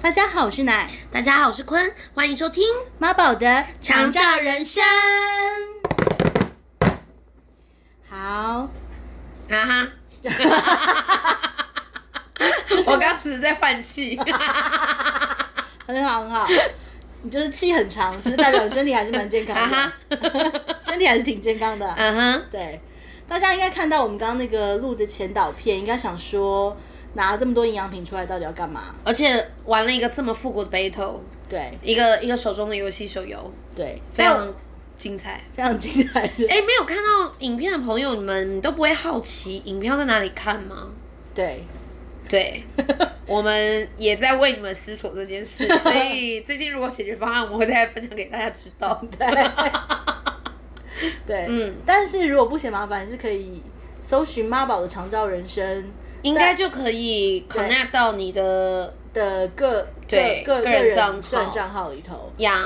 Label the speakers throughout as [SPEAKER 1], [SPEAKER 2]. [SPEAKER 1] 大家好，我是奶
[SPEAKER 2] 大家好，我是坤，欢迎收听《
[SPEAKER 1] 妈宝的
[SPEAKER 2] 长照人生》
[SPEAKER 1] 好，
[SPEAKER 2] 啊 哈。我刚只是在换气，
[SPEAKER 1] 很好很 好，你就是气很长，就是代表你身体还是蛮健康
[SPEAKER 2] 啊
[SPEAKER 1] 的， 身体还是挺健康的。
[SPEAKER 2] 嗯哼，
[SPEAKER 1] 对，大家应该看到我们刚刚那个录的前导片，应该想说拿这么多营养品出来到底要干嘛？
[SPEAKER 2] 而且玩了一个这么复古的 battle，
[SPEAKER 1] 对
[SPEAKER 2] 一个一个手中的游戏手游，
[SPEAKER 1] 对，
[SPEAKER 2] 非
[SPEAKER 1] 但
[SPEAKER 2] 常精彩。
[SPEAKER 1] 非常精彩 是
[SPEAKER 2] 哎，没有看到影片的朋友，你们你都不会好奇影片要在哪里看吗？
[SPEAKER 1] 对，
[SPEAKER 2] 对，我们也在为你们思索这件事，所以最近如果解决方案，我们会再分享给大家知道。
[SPEAKER 1] 对，
[SPEAKER 2] 嗯，
[SPEAKER 1] 但是如果不嫌麻烦，是可以搜寻妈宝的长照人生
[SPEAKER 2] 应该就可以 connect 到你的
[SPEAKER 1] 的各
[SPEAKER 2] 对
[SPEAKER 1] 各
[SPEAKER 2] 个人
[SPEAKER 1] 人
[SPEAKER 2] 账号
[SPEAKER 1] 个人账号里头。
[SPEAKER 2] 呀，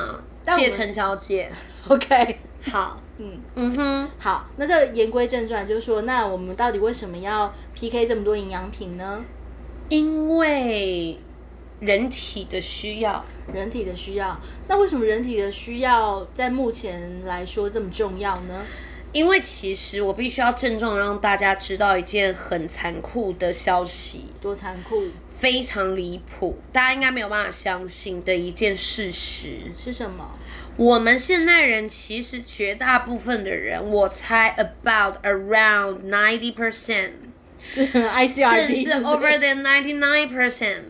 [SPEAKER 1] 但我
[SPEAKER 2] 谢
[SPEAKER 1] 们
[SPEAKER 2] 陈小姐。
[SPEAKER 1] OK，
[SPEAKER 2] 好，
[SPEAKER 1] 嗯，
[SPEAKER 2] 嗯哼，
[SPEAKER 1] 好，那这言归正传，就是说，那我们到底为什么要 PK 这么多营养品呢？
[SPEAKER 2] 因为人体的需要，
[SPEAKER 1] 人体的需要，那为什么人体的需要在目前来说这么重要呢？
[SPEAKER 2] 因为其实我必须要郑重让大家知道一件很残酷的消息，
[SPEAKER 1] 多残酷
[SPEAKER 2] 非常离谱，大家应该没有办法相信的一件事实。
[SPEAKER 1] 是什么？
[SPEAKER 2] 我们现代人其实绝大部分的人，我猜 about around ninety percent，
[SPEAKER 1] 这是什么 ICRT？
[SPEAKER 2] 甚至
[SPEAKER 1] 是不是
[SPEAKER 2] over the ninety nine percent，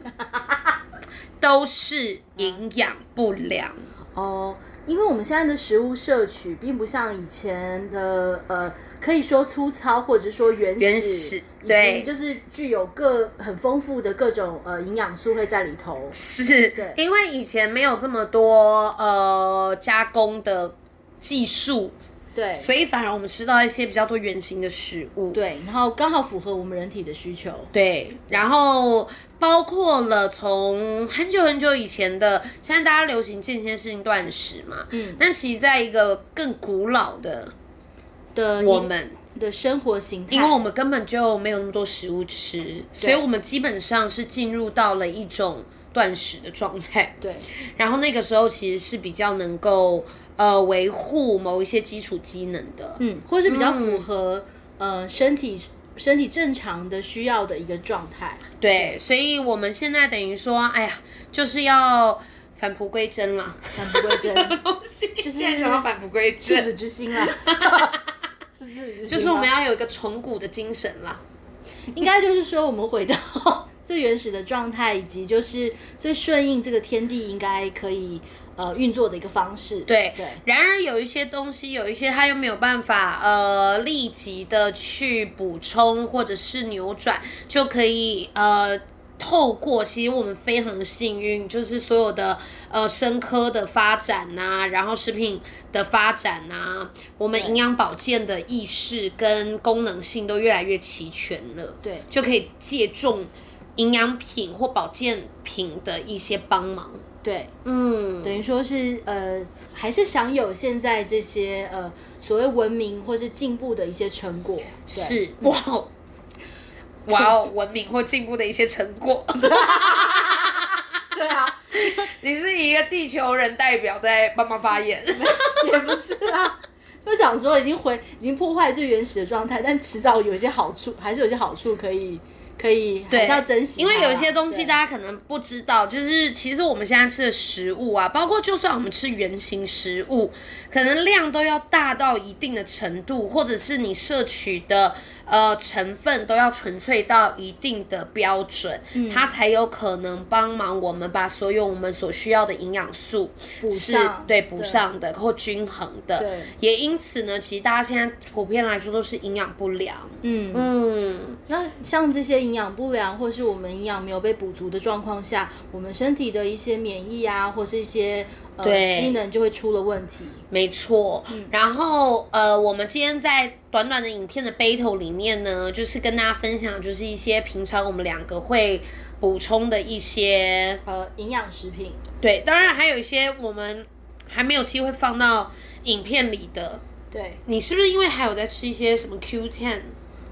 [SPEAKER 2] 都是营养不良。
[SPEAKER 1] 哦，因为我们现在的食物摄取并不像以前的呃，可以说粗糙或者说原始，
[SPEAKER 2] 原始
[SPEAKER 1] 以及
[SPEAKER 2] 对
[SPEAKER 1] 就是具有各很丰富的各种呃营养素会在里头。
[SPEAKER 2] 是
[SPEAKER 1] 对
[SPEAKER 2] 因为以前没有这么多呃加工的技术，
[SPEAKER 1] 对，
[SPEAKER 2] 所以反而我们吃到一些比较多原型的食物。
[SPEAKER 1] 对，然后刚好符合我们人体的需求。
[SPEAKER 2] 对，然后包括了从很久很久以前的，现在大家流行间歇性断食嘛，
[SPEAKER 1] 嗯，
[SPEAKER 2] 但其实在一个更古老的
[SPEAKER 1] 的
[SPEAKER 2] 我
[SPEAKER 1] 饮
[SPEAKER 2] 们，
[SPEAKER 1] 的生活形态，
[SPEAKER 2] 因为我们根本就没有那么多食物吃，所以我们基本上是进入到了一种断食的状态。
[SPEAKER 1] 对
[SPEAKER 2] 然后那个时候其实是比较能够呃维护某一些基础机能的。
[SPEAKER 1] 嗯，或是比较符
[SPEAKER 2] 嗯
[SPEAKER 1] 合、呃身体身体正常的需要的一个状 态。
[SPEAKER 2] 对，所以我们现在等于说，哎呀，就是要返璞归真了。
[SPEAKER 1] 返璞归
[SPEAKER 2] 什么
[SPEAKER 1] 真，
[SPEAKER 2] 东西？就是返璞归
[SPEAKER 1] 赤子，之心 啦，是赤子之心吗。
[SPEAKER 2] 就是我们要有一个崇古的精神啦。
[SPEAKER 1] 应该就是说，我们回到 最原始的状态，以及就是最顺应这个天地应该可以呃运作的一个方式。
[SPEAKER 2] 对
[SPEAKER 1] 对
[SPEAKER 2] 然而有一些东西，有一些它又没有办法呃立即的去补充或者是扭转，就可以呃。透过其实我们非常的幸运，就是所有的呃生科的发展呐、然后食品的发展呐、我们
[SPEAKER 1] 对
[SPEAKER 2] 营养保健的意识跟功能性都越来越齐全了，
[SPEAKER 1] 对
[SPEAKER 2] 就可以借重营养品或保健品的一些帮忙。
[SPEAKER 1] 对，
[SPEAKER 2] 嗯，
[SPEAKER 1] 等于说是呃，还是享有现在这些呃所谓文明或是进步的一些成果。对
[SPEAKER 2] 是哇 哦，哇哦，文明或进步的一些成果。
[SPEAKER 1] 对啊，
[SPEAKER 2] 你是一个地球人代表在帮忙发言，
[SPEAKER 1] 也不是啊。就想说已经回已经破坏最原始的状态，但迟早有一些好处，还是有一些好处可以可以还是要珍惜
[SPEAKER 2] 因
[SPEAKER 1] 它啦。
[SPEAKER 2] 为有一些东西
[SPEAKER 1] 对
[SPEAKER 2] 大家可能不知道，就是其实我们现在吃的食物啊，包括就算我们吃原型食物，可能量都要大到一定的程度，或者是你摄取的呃成分都要纯粹到一定的标准，它才有可能帮忙我们把所有我们所需要的营养素
[SPEAKER 1] 补
[SPEAKER 2] 是
[SPEAKER 1] 上
[SPEAKER 2] 对补上的或均衡的
[SPEAKER 1] 对。
[SPEAKER 2] 也因此呢，其实大家现在普遍来说都是营养不良。
[SPEAKER 1] 嗯
[SPEAKER 2] 嗯，
[SPEAKER 1] 那像这些营养不良，或是我们营养没有被补足的状况下，我们身体的一些免疫啊，或是一些呃
[SPEAKER 2] 对
[SPEAKER 1] 机能就会出了问题。
[SPEAKER 2] 没错。
[SPEAKER 1] 嗯
[SPEAKER 2] 然后呃，我们今天在短短的影片的 battle 里面呢，就是跟大家分享，就是一些平常我们两个会补充的一些
[SPEAKER 1] 呃，营养食品，
[SPEAKER 2] 对，当然还有一些我们还没有机会放到影片里的。
[SPEAKER 1] 对
[SPEAKER 2] 你是不是因为还有在吃一些什么 Q10？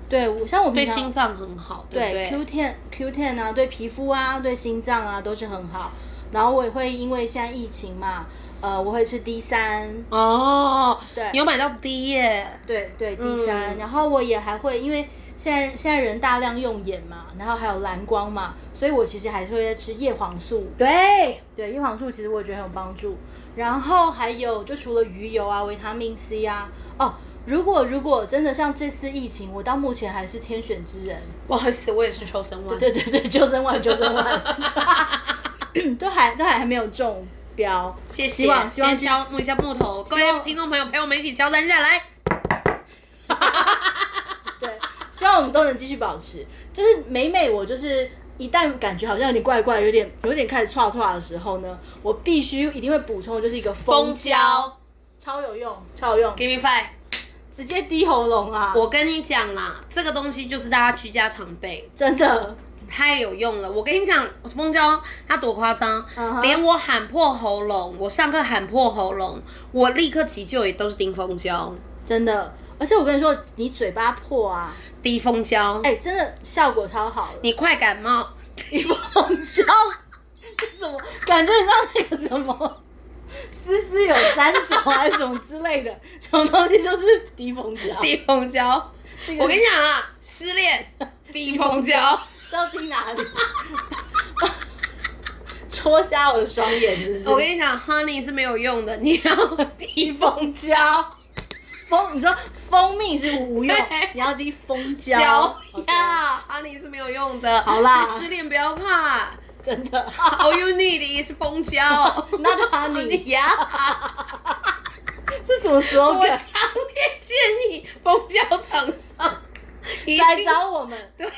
[SPEAKER 1] 对，我像我
[SPEAKER 2] 对
[SPEAKER 1] 平常
[SPEAKER 2] 心脏很好，对不
[SPEAKER 1] 对
[SPEAKER 2] 对？
[SPEAKER 1] Q ten Q ten 啊，对皮肤啊，对心脏啊都是很好。然后我也会因为现在疫情嘛，呃，我会吃 D 三，
[SPEAKER 2] 哦，
[SPEAKER 1] 对
[SPEAKER 2] 你有买到 D 耶，
[SPEAKER 1] 对对 D
[SPEAKER 2] 嗯
[SPEAKER 1] 三、然后我也还会因为现在现在人大量用眼嘛，然后还有蓝光嘛，所以我其实还是会在吃叶黄素。
[SPEAKER 2] 对，
[SPEAKER 1] 对，叶黄素其实我也觉得很有帮助。然后还有就除了鱼油啊、维他命 C 啊，哦，如果如果真的像这次疫情，我到目前还是天选之人。
[SPEAKER 2] 不好意思，我也是求生丸，
[SPEAKER 1] 对对对，救生丸，救生丸， 都还都还还没有中标。
[SPEAKER 2] 谢谢
[SPEAKER 1] 希望，希望
[SPEAKER 2] 先敲木一下木头，各
[SPEAKER 1] 希
[SPEAKER 2] 位
[SPEAKER 1] 望
[SPEAKER 2] 听众朋友陪我们一起敲三下来，
[SPEAKER 1] 对，希望我们都能继续保持。就是每每我就是一旦感觉好像有点怪怪，有点有点开始岔岔的时候呢，我必须一定会补充，就是一个
[SPEAKER 2] 蜂
[SPEAKER 1] 胶，
[SPEAKER 2] 胶
[SPEAKER 1] 超有用，超有用，
[SPEAKER 2] ，Give me five。
[SPEAKER 1] 直接滴喉咙啊！
[SPEAKER 2] 我跟你讲啦，这个东西就是大家居家常备，
[SPEAKER 1] 真的，
[SPEAKER 2] 太有用了。我跟你讲，蜂胶它多夸张
[SPEAKER 1] 嗯哼
[SPEAKER 2] 连我喊破喉咙，我上课喊破喉咙，我立刻急救也都是滴蜂胶，
[SPEAKER 1] 真的。而且我跟你说，你嘴巴破啊，
[SPEAKER 2] 滴蜂胶。
[SPEAKER 1] 哎、哦真的效果超好的。
[SPEAKER 2] 你快感冒，
[SPEAKER 1] 一凤娇，这什么感觉？你像那个什么？ 思思有三种还是什么之类的， 什么东西就是低蜂胶。
[SPEAKER 2] 滴 蜂胶。
[SPEAKER 1] 是一个
[SPEAKER 2] 我跟你讲啊，失恋 滴蜂胶，
[SPEAKER 1] 是要滴哪里？ 戳瞎我的双眼，是不是？
[SPEAKER 2] 我跟你讲，honey 是没有用的，你 要滴蜂胶。
[SPEAKER 1] 蜂，你说蜂蜜是无用
[SPEAKER 2] 对，
[SPEAKER 1] 你要滴蜂胶。
[SPEAKER 2] 胶
[SPEAKER 1] OK，
[SPEAKER 2] 呀，honey 是没有用的。
[SPEAKER 1] 好啦
[SPEAKER 2] 所以失恋不要怕
[SPEAKER 1] 真的。
[SPEAKER 2] ，all you need is 蜂胶。
[SPEAKER 1] 那就 honey
[SPEAKER 2] 呀，
[SPEAKER 1] 这什么时候
[SPEAKER 2] 我强烈建议蜂胶厂商 一
[SPEAKER 1] 来
[SPEAKER 2] 定
[SPEAKER 1] 找我们？
[SPEAKER 2] 对，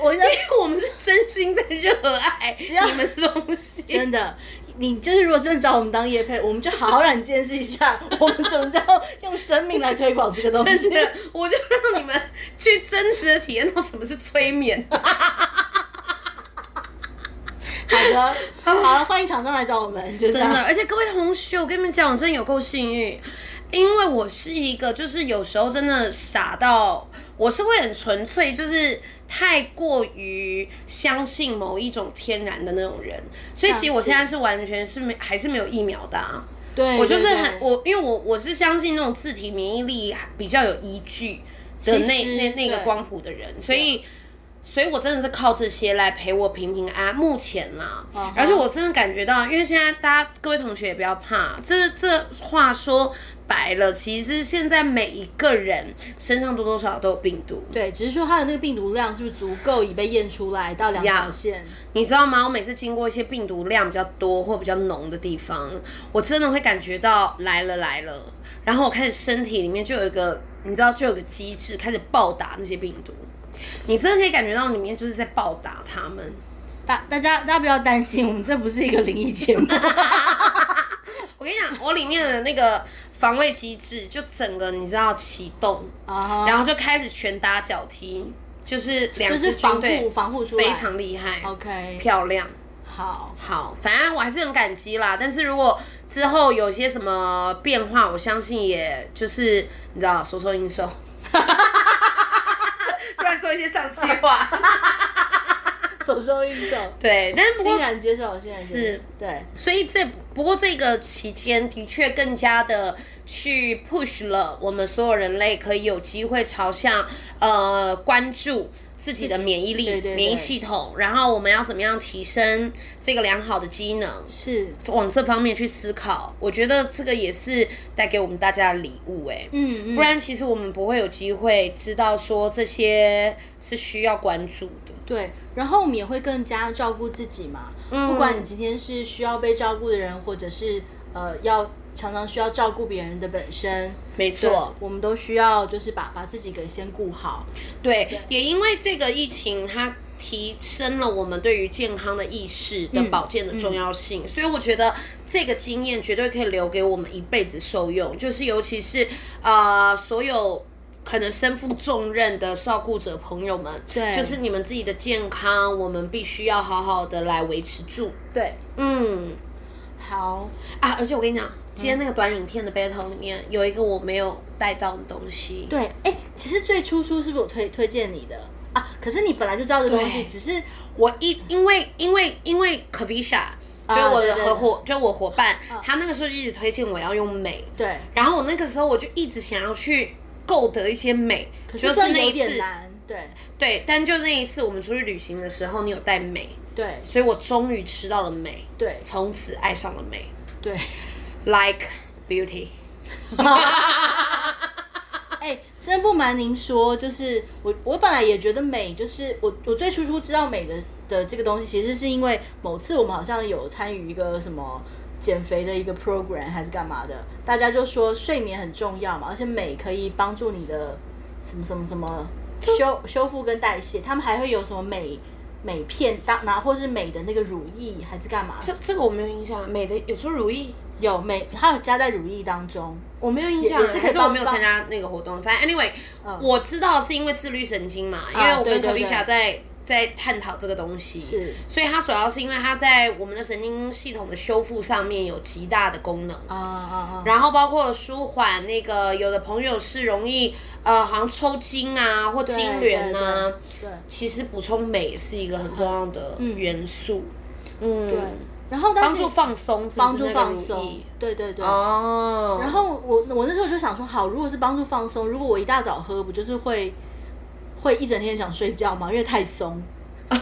[SPEAKER 1] 我
[SPEAKER 2] 因
[SPEAKER 1] 认
[SPEAKER 2] 为我们是真心在热爱
[SPEAKER 1] 要
[SPEAKER 2] 你们的东西。
[SPEAKER 1] 啊真的，你就是如果真的找我们当业配，我们就好好让你见识一 下，我们怎么叫用生命来推广这个东西
[SPEAKER 2] 真。的，我就让你们去真实的体验到什么是催眠。
[SPEAKER 1] 好 的，好了，欢迎厂商来找我们，就是这
[SPEAKER 2] 真
[SPEAKER 1] 样
[SPEAKER 2] 的，而且各位同学，我跟你们讲，我真的有够幸运，因为我是一个，就是有时候真的傻到，我是会很纯粹，就是太过于相信某一种天然的那种人，所以其实我现在是完全是没，还是没有疫苗的啊。
[SPEAKER 1] 对，
[SPEAKER 2] 我就是
[SPEAKER 1] 对对
[SPEAKER 2] 很我，因为我我是相信那种自体免疫力比较有依据的
[SPEAKER 1] 其实
[SPEAKER 2] 那那那个
[SPEAKER 1] 对
[SPEAKER 2] 光谱的人，所以。所以，我真的是靠这些来陪我平平安安。目前啦
[SPEAKER 1] 嗯哼
[SPEAKER 2] 而且我真的感觉到，因为现在大家各位同学也不要怕，这这话说白了，其实现在每一个人身上多多少少都有病毒。
[SPEAKER 1] 对，只是说它的那个病毒量是不是足够以被验出来到两条
[SPEAKER 2] 呀
[SPEAKER 1] 线？
[SPEAKER 2] 你知道吗？我每次经过一些病毒量比较多或比较浓的地方，我真的会感觉到来了来了，然后我开始身体里面就有一个，你知道就有个机制开始暴打那些病毒，你真的可以感觉到里面就是在暴打他们。
[SPEAKER 1] 大大家大家不要担心，我们这不是一个灵异 节目，
[SPEAKER 2] 我跟你讲，我里面的那个防卫机制就整个你知道启动，
[SPEAKER 1] 啊
[SPEAKER 2] 然后就开始拳打脚踢，就是两
[SPEAKER 1] 就是
[SPEAKER 2] 支
[SPEAKER 1] 防
[SPEAKER 2] 军
[SPEAKER 1] 护
[SPEAKER 2] 队
[SPEAKER 1] 防护出来，
[SPEAKER 2] 非常厉害，
[SPEAKER 1] OK，
[SPEAKER 2] 漂亮。
[SPEAKER 1] 好，
[SPEAKER 2] 好，反正我还是很感激啦。但是如果之后有些什么变化，我相信也就是你知道，所收 应收。突然说一些丧气 话，
[SPEAKER 1] 手收运手，
[SPEAKER 2] 对，但是不
[SPEAKER 1] 欣
[SPEAKER 2] 过，
[SPEAKER 1] 然接受，欣然接受
[SPEAKER 2] 是
[SPEAKER 1] 对，
[SPEAKER 2] 所以这不过这个期间的确更加的去 push 了我们所有人类可以有机会朝向呃关注。自己的免疫力、
[SPEAKER 1] 对对对
[SPEAKER 2] 免疫系统，然后我们要怎么样提升这个良好的机能？
[SPEAKER 1] 是，
[SPEAKER 2] 往这方面去思考，我觉得这个也是带给我们大家的礼物哎、
[SPEAKER 1] 嗯嗯，
[SPEAKER 2] 不然其实我们不会有机会知道说这些是需要关注的。
[SPEAKER 1] 对，然后我们也会更加照顾自己嘛。
[SPEAKER 2] 嗯
[SPEAKER 1] 不管你今天是需要被照顾的人，或者是呃要常常需要照顾别人的本身，
[SPEAKER 2] 没
[SPEAKER 1] 对
[SPEAKER 2] 错，
[SPEAKER 1] 我们都需要就是把把自己给先顾好。
[SPEAKER 2] 对，也因为这个疫情，它提升了我们对于健康的意识的
[SPEAKER 1] 嗯
[SPEAKER 2] 保健的重要性，所以我觉得这个经验绝对可以留给我们一辈子受用，就是尤其是呃所有。可能身负重任的照顾者朋友们，
[SPEAKER 1] 对
[SPEAKER 2] 就是你们自己的健康，我们必须要好好的来维持住。
[SPEAKER 1] 对，
[SPEAKER 2] 嗯，
[SPEAKER 1] 好，
[SPEAKER 2] 啊！而且我跟你
[SPEAKER 1] 嗯
[SPEAKER 2] 讲，今天那个短影片的 battle 里面有一个我没有带到的东西，
[SPEAKER 1] 对，哎，其实最初初是不是我推推荐你的啊？可是你本来就知道这个东西，
[SPEAKER 2] 对
[SPEAKER 1] 只是
[SPEAKER 2] 我一因为因为因为 Kavisha，就
[SPEAKER 1] 啊
[SPEAKER 2] 我的
[SPEAKER 1] 对对
[SPEAKER 2] 合伙，就我伙伴
[SPEAKER 1] 嗯，
[SPEAKER 2] 他那个时候一直推荐我要用美，
[SPEAKER 1] 对，
[SPEAKER 2] 然后我那个时候我就一直想要去购得一些美，
[SPEAKER 1] 可
[SPEAKER 2] 就是
[SPEAKER 1] 这
[SPEAKER 2] 那
[SPEAKER 1] 有
[SPEAKER 2] 一
[SPEAKER 1] 点
[SPEAKER 2] 次，
[SPEAKER 1] 难，对
[SPEAKER 2] 对，但就那一次我们出去旅行的时候，你有带美，
[SPEAKER 1] 对
[SPEAKER 2] 所以我终于吃到了美，
[SPEAKER 1] 对
[SPEAKER 2] 从此爱上了美
[SPEAKER 1] 对，
[SPEAKER 2] ，like beauty。
[SPEAKER 1] 哎，真不瞒您说，就是我我本来也觉得美，就是我我最初初知道美的的这个东西，其实是因为某次我们好像有参与一个什么。减肥的一个 program 还是干嘛的？大家就说睡眠很重要嘛，而且美可以帮助你的什么什么什么修修复跟代谢。他们还会有什么美美片当拿，或是美的那个乳液还是干嘛？
[SPEAKER 2] 这这个我没有印象，美的有出如意，
[SPEAKER 1] 有美，它有加在乳液当中。
[SPEAKER 2] 我没有印象，
[SPEAKER 1] 也也是可以
[SPEAKER 2] 还我
[SPEAKER 1] 帮
[SPEAKER 2] 没有参加那个活动。反正 anyway，、
[SPEAKER 1] 嗯
[SPEAKER 2] 我知道是因为自律神经嘛，因为
[SPEAKER 1] 啊
[SPEAKER 2] 我
[SPEAKER 1] 对
[SPEAKER 2] 跟
[SPEAKER 1] 对
[SPEAKER 2] 可比
[SPEAKER 1] 对
[SPEAKER 2] 夏在在探讨这个东西，
[SPEAKER 1] 是
[SPEAKER 2] 所以它主要是因为它在我们的神经系统的修复上面有极大的功能。
[SPEAKER 1] 啊啊啊！
[SPEAKER 2] 然后包括舒缓那个，有的朋友是容易呃，好像抽筋啊或
[SPEAKER 1] 对
[SPEAKER 2] 痉挛啊。，
[SPEAKER 1] 对对对
[SPEAKER 2] 其实补充镁也是一个很重要的
[SPEAKER 1] 嗯
[SPEAKER 2] 元素，嗯，
[SPEAKER 1] 对。然后但
[SPEAKER 2] 帮
[SPEAKER 1] 是
[SPEAKER 2] 助放松，是不是
[SPEAKER 1] 帮助
[SPEAKER 2] 那个
[SPEAKER 1] 放
[SPEAKER 2] 乳
[SPEAKER 1] 松
[SPEAKER 2] 液，
[SPEAKER 1] 对对对。
[SPEAKER 2] 哦。
[SPEAKER 1] 然后我我那时候就想说，好，如果是帮助放松，如果我一大早喝，不就是会会一整天想睡觉吗？因为太松，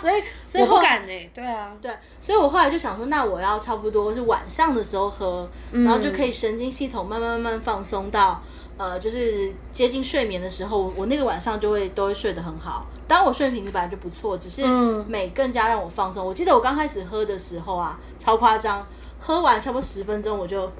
[SPEAKER 1] 所以所以
[SPEAKER 2] 我不
[SPEAKER 1] 后
[SPEAKER 2] 敢呢、对啊，
[SPEAKER 1] 对，所以我后来就想说，那我要差不多是晚上的时候喝，
[SPEAKER 2] 嗯
[SPEAKER 1] 然后就可以神经系统慢慢慢慢放松到。呃，就是接近睡眠的时候，我我那个晚上就会都会睡得很好。当然，我睡眠本来就不错，只是
[SPEAKER 2] 嗯
[SPEAKER 1] 美更加让我放松。我记得我刚开始喝的时候啊，超夸张，喝完差不多十分钟我就，哦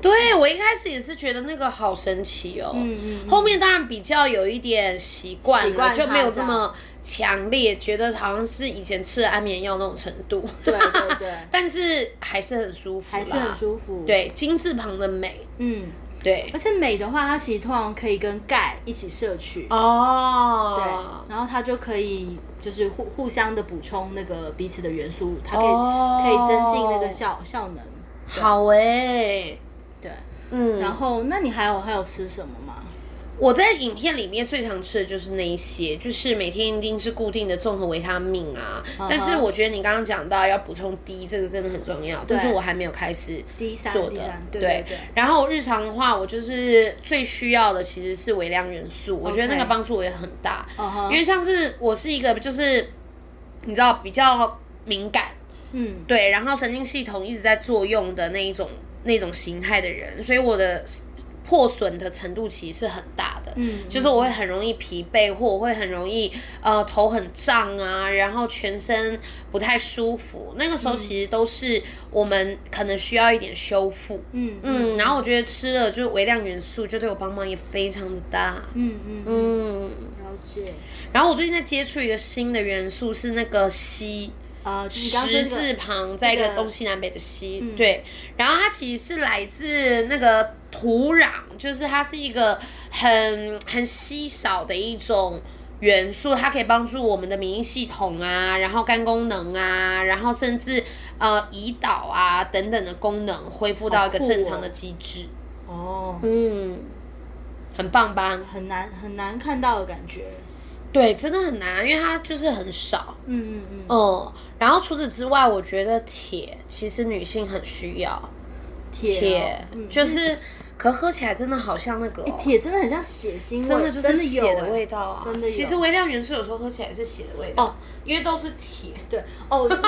[SPEAKER 2] 对我一开始也是觉得那个好神奇哦，
[SPEAKER 1] 嗯嗯
[SPEAKER 2] 后面当然比较有一点习惯
[SPEAKER 1] 习
[SPEAKER 2] 了，
[SPEAKER 1] 惯
[SPEAKER 2] 就
[SPEAKER 1] 它
[SPEAKER 2] 没有
[SPEAKER 1] 这
[SPEAKER 2] 这
[SPEAKER 1] 样
[SPEAKER 2] 么强烈，觉得好像是以前吃了安眠药那种程度，
[SPEAKER 1] 对对对，
[SPEAKER 2] 但是还是很舒服，
[SPEAKER 1] 还是很。舒服。，
[SPEAKER 2] 对，金字旁的美，
[SPEAKER 1] 嗯，
[SPEAKER 2] 对
[SPEAKER 1] 而且镁的话，它其实通常可以跟钙一起摄取。
[SPEAKER 2] 哦
[SPEAKER 1] 对，，然后它就可以就是互互相的补充那个彼此的元素，它可以、
[SPEAKER 2] 哦
[SPEAKER 1] 可以增进那个效效能。
[SPEAKER 2] 好哎、
[SPEAKER 1] 对，
[SPEAKER 2] 嗯，
[SPEAKER 1] 然后那你还有还有吃什么吗？
[SPEAKER 2] 我在影片里面最常吃的就是那一些，就是每天一定是固定的综合维他命啊。
[SPEAKER 1] 嗯哼
[SPEAKER 2] 但是我觉得你刚刚讲到要补充 D，这个真的很重要，这是我还没有开始
[SPEAKER 1] 第三
[SPEAKER 2] 做
[SPEAKER 1] 第
[SPEAKER 2] 的
[SPEAKER 1] 三。对对对
[SPEAKER 2] 然后日常的话，我就是最需要的其实是微量元素，我觉得
[SPEAKER 1] OK
[SPEAKER 2] 那个帮助我也很大。
[SPEAKER 1] 嗯哼，
[SPEAKER 2] 因为像是我是一个就是你知道比较敏感，
[SPEAKER 1] 嗯
[SPEAKER 2] 对，然后神经系统一直在作用的那一种那种形态的人，所以我的破损的程度其实是很大的。
[SPEAKER 1] 嗯，
[SPEAKER 2] 就是我会很容易疲惫，或我会很容易呃头很胀啊，然后全身不太舒服。那个时候其实都是我们可能需要一点修复。
[SPEAKER 1] 嗯嗯
[SPEAKER 2] 嗯，然后我觉得吃了就是微量元素，就对我帮忙也非常的大。
[SPEAKER 1] 嗯嗯嗯，
[SPEAKER 2] 嗯，
[SPEAKER 1] 了解。
[SPEAKER 2] 然后我最近在接触一个新的元素是那个硒。
[SPEAKER 1] 啊，就是你刚刚说
[SPEAKER 2] 十
[SPEAKER 1] 那个
[SPEAKER 2] 字旁在一个
[SPEAKER 1] 那个
[SPEAKER 2] 东西南北的西，
[SPEAKER 1] 嗯
[SPEAKER 2] 对。然后它其实是来自那个土壤，就是它是一个很很稀少的一种元素，它可以帮助我们的免疫系统啊，然后肝功能啊，然后甚至呃胰岛啊等等的功能恢复到一个
[SPEAKER 1] 好酷哦
[SPEAKER 2] 正常的机制。
[SPEAKER 1] 哦，
[SPEAKER 2] 嗯，很棒吧？
[SPEAKER 1] 很难很难看到的感觉。
[SPEAKER 2] 对，真的很难，因为它就是很少。
[SPEAKER 1] 嗯嗯嗯，
[SPEAKER 2] 嗯，然后除此之外，我觉得铁其实女性很需要
[SPEAKER 1] 铁
[SPEAKER 2] 铁，
[SPEAKER 1] 哦嗯
[SPEAKER 2] 就是可喝起来真的好像那个、哦、
[SPEAKER 1] 铁真的很像血腥味，
[SPEAKER 2] 真的就是
[SPEAKER 1] 有
[SPEAKER 2] 血的
[SPEAKER 1] 欸
[SPEAKER 2] 味道啊。
[SPEAKER 1] 真的有
[SPEAKER 2] 其实微量元素有时候喝起来是血的味道，
[SPEAKER 1] 哦
[SPEAKER 2] 因为都是铁。
[SPEAKER 1] 对哦，我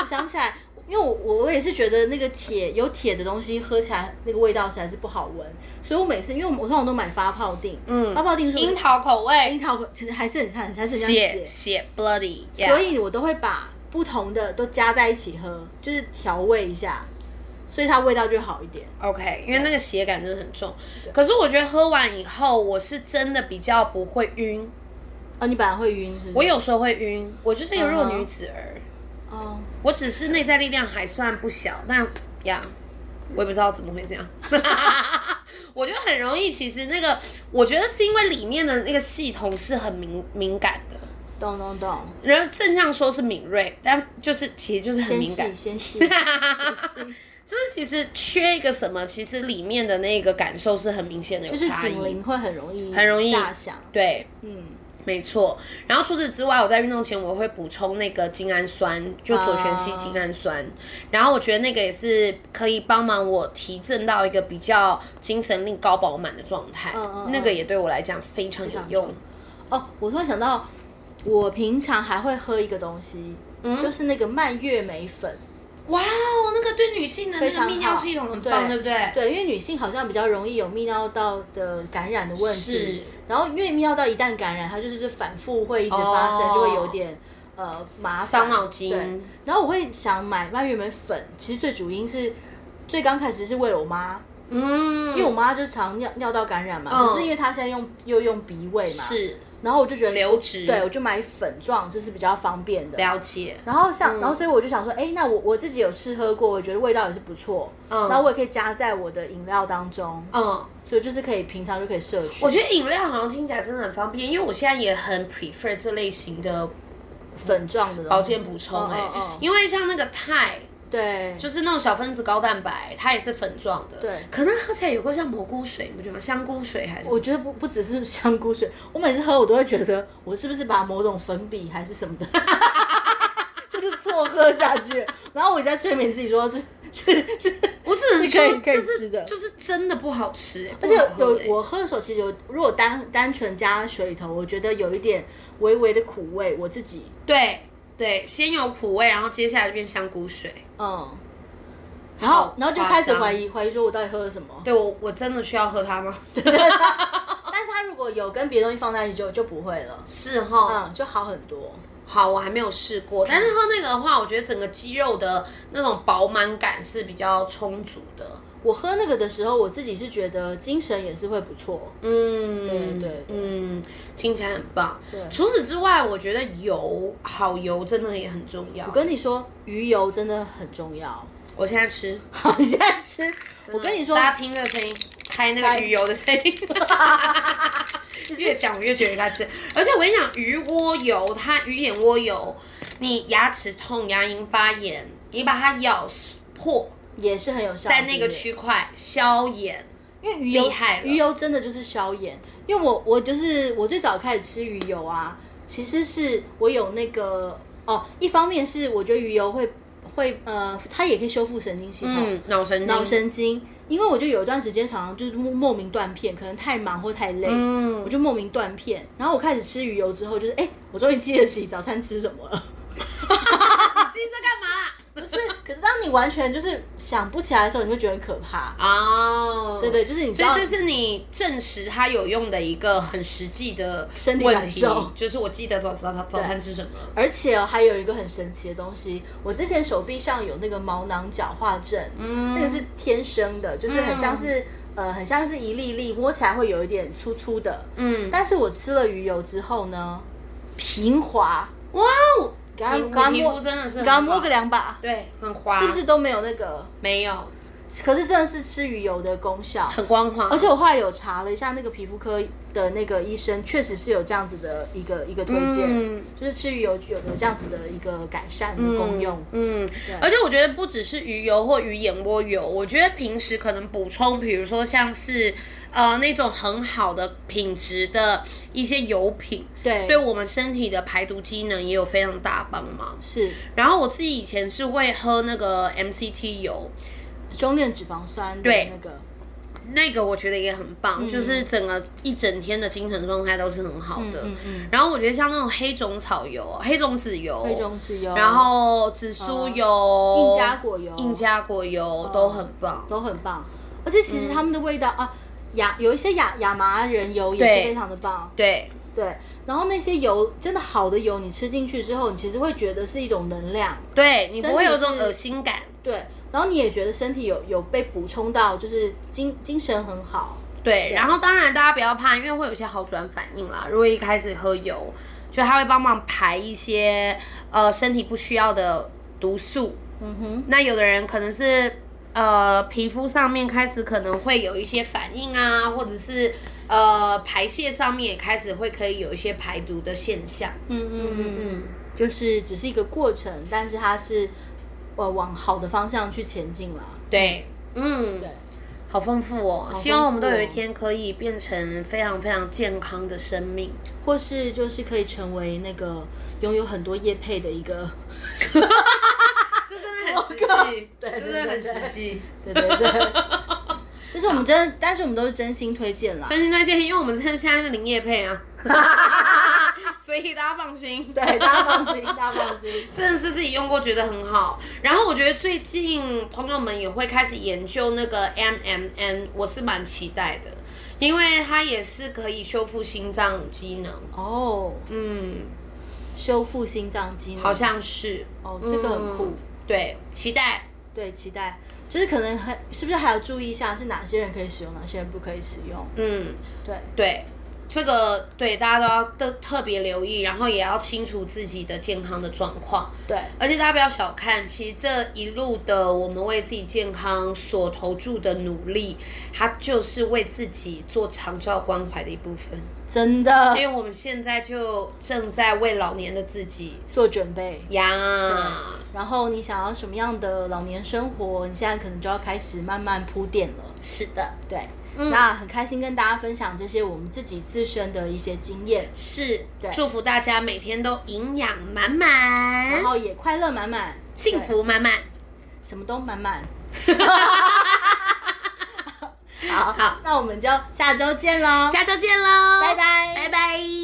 [SPEAKER 1] 我想起来，因为我我也是觉得那个铁有铁的东西喝起来那个味道实在是不好闻，所以我每次因为我们我通常都买发泡定，
[SPEAKER 2] 嗯
[SPEAKER 1] 发泡定说哎
[SPEAKER 2] 樱桃口
[SPEAKER 1] 樱
[SPEAKER 2] 味，
[SPEAKER 1] 桃其实还是很看还是很像
[SPEAKER 2] 血
[SPEAKER 1] 血，
[SPEAKER 2] 血 bloody，
[SPEAKER 1] 所以我都会把不同的都加在一起喝，就是调味一下，所以它味道就好一点。
[SPEAKER 2] OK，因为那个血感真的很重。可是我觉得喝完以后，我是真的比较不会晕，
[SPEAKER 1] 哦，你本来会晕是不是？
[SPEAKER 2] 我有时候会晕，我就是一个弱
[SPEAKER 1] 嗯哼
[SPEAKER 2] 女子儿。
[SPEAKER 1] 哦，
[SPEAKER 2] 我只是内在力量还算不小，但呀，我也不知道怎么会这样。 我觉得很容易，其实那个，我觉得是因为里面的那个系统是很敏敏感的，
[SPEAKER 1] 懂懂懂，
[SPEAKER 2] 然后正向说是敏锐，但就是其实就是很
[SPEAKER 1] 纤
[SPEAKER 2] 敏感
[SPEAKER 1] 细，纤 细，纤细
[SPEAKER 2] 就是其实缺一个什么，其实里面的那个感受是很明显的有
[SPEAKER 1] 就是
[SPEAKER 2] 差
[SPEAKER 1] 警
[SPEAKER 2] 异。
[SPEAKER 1] 铃会很容易
[SPEAKER 2] 很容易
[SPEAKER 1] 炸响，
[SPEAKER 2] 对，
[SPEAKER 1] 嗯，
[SPEAKER 2] 没错。然后除此之外，我在运动前我会补充那个精氨酸，就左旋烯精氨酸。然后我觉得那个也是可以帮忙我提振到一个比较精神力高饱满的状态。
[SPEAKER 1] 嗯嗯嗯
[SPEAKER 2] 那个也对我来讲非常有用。
[SPEAKER 1] 哦，我突然想到，我平常还会喝一个东西，
[SPEAKER 2] 嗯
[SPEAKER 1] 就是那个蔓越莓粉。
[SPEAKER 2] 哇哦，那个对女性的那
[SPEAKER 1] 非
[SPEAKER 2] 个
[SPEAKER 1] 常
[SPEAKER 2] 泌尿
[SPEAKER 1] 好
[SPEAKER 2] 系统很棒，
[SPEAKER 1] 对
[SPEAKER 2] 对不对？
[SPEAKER 1] 对，因为女性好像比较容易有泌尿道的感染的问
[SPEAKER 2] 是
[SPEAKER 1] 题，然后因为泌尿道一旦感染，它就是反复会一直发生，
[SPEAKER 2] 哦
[SPEAKER 1] 就会有点呃麻烦
[SPEAKER 2] 伤脑筋
[SPEAKER 1] 对，然后我会想买蔓越莓粉，其实最主因是最刚开始是为了我妈，
[SPEAKER 2] 嗯，
[SPEAKER 1] 因为我妈就常尿尿道感染嘛，
[SPEAKER 2] 嗯
[SPEAKER 1] 可是因为她现在用又用鼻胃嘛，，
[SPEAKER 2] 是
[SPEAKER 1] 然后我就觉得
[SPEAKER 2] 流质
[SPEAKER 1] 对我就买粉状，这是比较方便的。
[SPEAKER 2] 嗯了嗯解。
[SPEAKER 1] 然后像，然后所以我就想说，哎，那我我自己有试喝过，我觉得味道也是不错，
[SPEAKER 2] 嗯
[SPEAKER 1] 然后我也可以加在我的饮料当中，
[SPEAKER 2] 嗯，
[SPEAKER 1] 所以就是可以平常就可以摄取。
[SPEAKER 2] 我觉得饮料好像听起来真的很方便，因为我现在也很 prefer 这类型的
[SPEAKER 1] 粉状的
[SPEAKER 2] 保健补充、哎、
[SPEAKER 1] 嗯嗯嗯
[SPEAKER 2] 因为像那个肽，
[SPEAKER 1] 对，
[SPEAKER 2] 就是那种小分子高蛋白，它也是粉状的，
[SPEAKER 1] 对
[SPEAKER 2] 可能喝起来有个像蘑菇水，你不觉得吗？香菇水还是
[SPEAKER 1] 我觉得不不只是香菇水，我每次喝我都会觉得我是不是把某种粉笔还是什么的， 就是错喝下去，然后我一直在催眠自己说是是是，
[SPEAKER 2] 我只能
[SPEAKER 1] 是可以
[SPEAKER 2] 说
[SPEAKER 1] 可以
[SPEAKER 2] 就是
[SPEAKER 1] 吃的
[SPEAKER 2] 就是真的不好吃、哎
[SPEAKER 1] 而且
[SPEAKER 2] 不好喝
[SPEAKER 1] 有
[SPEAKER 2] 哎
[SPEAKER 1] 有我喝的时候，其实有如果单单纯加水里头，我觉得有一点微微的苦味，我自己
[SPEAKER 2] 对对，先有苦味，然后接下来就变香菇水。
[SPEAKER 1] 嗯，然后
[SPEAKER 2] 好
[SPEAKER 1] 然后就
[SPEAKER 2] 夸
[SPEAKER 1] 开始
[SPEAKER 2] 张
[SPEAKER 1] 怀疑怀疑说我到底喝了什么。
[SPEAKER 2] 对我我真的需要喝它吗？
[SPEAKER 1] 但是它如果有跟别的东西放在一起就就不会了，
[SPEAKER 2] 是哈，
[SPEAKER 1] 嗯，就好很多。
[SPEAKER 2] 好，我还没有试过，但是喝那个的话，我觉得整个肌肉的那种饱满感是比较充足的。
[SPEAKER 1] 我喝那个的时候，我自己是觉得精神也是会不错，
[SPEAKER 2] 嗯，
[SPEAKER 1] 对对对
[SPEAKER 2] 嗯，听起来很棒。
[SPEAKER 1] 对
[SPEAKER 2] 除此之外，我觉得油好油真的也很重要。
[SPEAKER 1] 我
[SPEAKER 2] 我
[SPEAKER 1] 跟你说，鱼油真的很重要。
[SPEAKER 2] 现在吃，
[SPEAKER 1] 好，你现在吃，我跟你说，
[SPEAKER 2] 大家听那个声音，拍那个鱼油的声音， 越讲我越觉得该吃。而且我跟你讲，鱼窝油，它鱼眼窝油，你牙齿痛、牙龈发炎，你把它咬破，
[SPEAKER 1] 也是很有效。
[SPEAKER 2] 在那
[SPEAKER 1] 是
[SPEAKER 2] 个
[SPEAKER 1] 不是
[SPEAKER 2] 区块消炎。
[SPEAKER 1] 因为鱼油
[SPEAKER 2] 厉害了
[SPEAKER 1] 鱼油真的就是消炎。因为我我就是我最早开始吃鱼油啊，其实是我有那个哦，一方面是我觉得鱼油会会呃，它也可以修复神经系统。
[SPEAKER 2] 嗯，脑神经，
[SPEAKER 1] 脑神经，因为我就有一段时间常常就是莫莫名断片，可能太忙或太累，
[SPEAKER 2] 嗯
[SPEAKER 1] 我就莫名断片。然后我开始吃鱼油之后，就是哎、我终于记得起早餐吃什 么了。
[SPEAKER 2] 你啊今天在干嘛啦？
[SPEAKER 1] 不是，可是当你完全就是想不起来的时候，你会觉得很可怕。
[SPEAKER 2] 哦，
[SPEAKER 1] 对对，就是你知
[SPEAKER 2] 所以
[SPEAKER 1] 道，
[SPEAKER 2] 这是你证实它有用的一个很实际的
[SPEAKER 1] 身体
[SPEAKER 2] 问
[SPEAKER 1] 感
[SPEAKER 2] 题
[SPEAKER 1] 受，
[SPEAKER 2] 就是我记得早早早早餐吃什么了。
[SPEAKER 1] 而且、哦、还有一个很神奇的东西，我之前手臂上有那个毛囊角化症，
[SPEAKER 2] 嗯
[SPEAKER 1] 那个是天生的，就是很像是、呃，很像是一粒粒，摸起来会有一点粗粗的。
[SPEAKER 2] 嗯，
[SPEAKER 1] 但是我吃了鱼油之后呢，平滑，
[SPEAKER 2] 哇哦，
[SPEAKER 1] 刚
[SPEAKER 2] 你你
[SPEAKER 1] 刚
[SPEAKER 2] 皮
[SPEAKER 1] 摸
[SPEAKER 2] 肤真的是
[SPEAKER 1] 刚
[SPEAKER 2] 很
[SPEAKER 1] 刚摸
[SPEAKER 2] 好
[SPEAKER 1] 个两把，
[SPEAKER 2] 对，很滑，
[SPEAKER 1] 是不是都没有那个？
[SPEAKER 2] 没有
[SPEAKER 1] 可是真的是吃鱼油的功 效。
[SPEAKER 2] 很光滑？
[SPEAKER 1] 而且我后来有查了一下那个皮肤科的那个医生，确实是有这样子的一个一个推荐，
[SPEAKER 2] 嗯
[SPEAKER 1] 就是吃鱼油有有这样子的一个改善的功用。
[SPEAKER 2] 嗯，而且我觉得不只是鱼油或鱼眼窝油，我觉得平时可能补充，比如说像是呃那种很好的品质的一些油品，
[SPEAKER 1] 对，
[SPEAKER 2] 对我们身体的排毒机能也有非常大帮忙。
[SPEAKER 1] 是
[SPEAKER 2] 然后我自己以前是会喝那个 MCT 油，
[SPEAKER 1] 中链脂肪酸的
[SPEAKER 2] 对
[SPEAKER 1] 那个，
[SPEAKER 2] 那个我觉得也很棒，
[SPEAKER 1] 嗯
[SPEAKER 2] 就是整个一整天的精神状态都是很好
[SPEAKER 1] 嗯
[SPEAKER 2] 的。
[SPEAKER 1] 嗯嗯，
[SPEAKER 2] 然后我觉得像那种黑种草油、啊黑种子油、
[SPEAKER 1] 黑种子油，哦
[SPEAKER 2] 然后紫苏油、
[SPEAKER 1] 印加果油哦
[SPEAKER 2] 印加果油都很棒。
[SPEAKER 1] 都很棒，而且
[SPEAKER 2] 嗯
[SPEAKER 1] 其实他们的味道、啊，亚有一些亚亚麻仁油也
[SPEAKER 2] 对
[SPEAKER 1] 是非常的棒。
[SPEAKER 2] 对，
[SPEAKER 1] 对，然后那些油真的好的油，你吃进去之后，你其实会觉得是一种能量，
[SPEAKER 2] 对你不会有这种
[SPEAKER 1] 身体是
[SPEAKER 2] 恶心感。
[SPEAKER 1] 对，然后你也觉得身体有有被补充到，就是精精神很好，
[SPEAKER 2] 对，
[SPEAKER 1] 啊
[SPEAKER 2] 然后当然大家不要怕，因为会有一些好转反应啦。如果一开始喝油，就它会帮忙排一些呃身体不需要的毒素。
[SPEAKER 1] 嗯哼，
[SPEAKER 2] 那有的人可能是呃皮肤上面开始可能会有一些反应啊，或者是呃排泄上面也开始会可以有一些排毒的现象。
[SPEAKER 1] 嗯嗯嗯嗯，
[SPEAKER 2] 嗯，
[SPEAKER 1] 就是只是一个过程，但是它是呃往好的方向去前进啦。
[SPEAKER 2] 对，嗯，
[SPEAKER 1] 对，
[SPEAKER 2] 好丰富哦！
[SPEAKER 1] 富哦
[SPEAKER 2] 希望我们都有一天可以变成非常非常健康的生 命。
[SPEAKER 1] 或是就是可以成为那个拥有很多叶配的一 个，
[SPEAKER 2] 这真的很实
[SPEAKER 1] 我靠
[SPEAKER 2] 际，
[SPEAKER 1] 对
[SPEAKER 2] 这
[SPEAKER 1] 对
[SPEAKER 2] 真的很实际。
[SPEAKER 1] 对对对，就是我们真，但是我们都是真心推荐啦。
[SPEAKER 2] 真心推荐，因为我们真的现在是零业 配啊， 所以大家放心。
[SPEAKER 1] 对，大家放心，大家放心。
[SPEAKER 2] 真的是自己用过，觉得很好。然后我觉得最近朋友们也会开始研究那个 M M N，我是蛮期待的，因为它也是可以修复心脏机能。
[SPEAKER 1] 哦，
[SPEAKER 2] 嗯，
[SPEAKER 1] 修复心脏机能，
[SPEAKER 2] 好像是
[SPEAKER 1] 哦这个很酷
[SPEAKER 2] 嗯对，期待。
[SPEAKER 1] 对，期待。就是可能还是不是还要注意一下是哪些人可以使用，哪些人不可以使用？
[SPEAKER 2] 嗯，
[SPEAKER 1] 对，
[SPEAKER 2] 对，这个对大家都要特特别留意，然后也要清楚自己的健康的状况。
[SPEAKER 1] 对，
[SPEAKER 2] 而且大家不要小看，其实这一路的我们为自己健康所投注的努力，它就是为自己做长照关怀的一部分。
[SPEAKER 1] 真的
[SPEAKER 2] 因为我们现在就正在为老年的自己
[SPEAKER 1] 做准备。
[SPEAKER 2] 呀，
[SPEAKER 1] 然后你想要什么样的老年生活，你现在可能就要开始慢慢铺垫了。
[SPEAKER 2] 是的，
[SPEAKER 1] 对，
[SPEAKER 2] 嗯
[SPEAKER 1] 那很开心跟大家分享这些我们自己自身的一些经验，
[SPEAKER 2] 是
[SPEAKER 1] 对
[SPEAKER 2] 祝福大家每天都营养满满
[SPEAKER 1] 然，后也快乐满满，
[SPEAKER 2] 嗯幸福满满。
[SPEAKER 1] 对，什么都满 满。 好，
[SPEAKER 2] 好
[SPEAKER 1] 那我们就下周见喽，
[SPEAKER 2] 下周见喽，
[SPEAKER 1] 拜拜
[SPEAKER 2] 拜拜。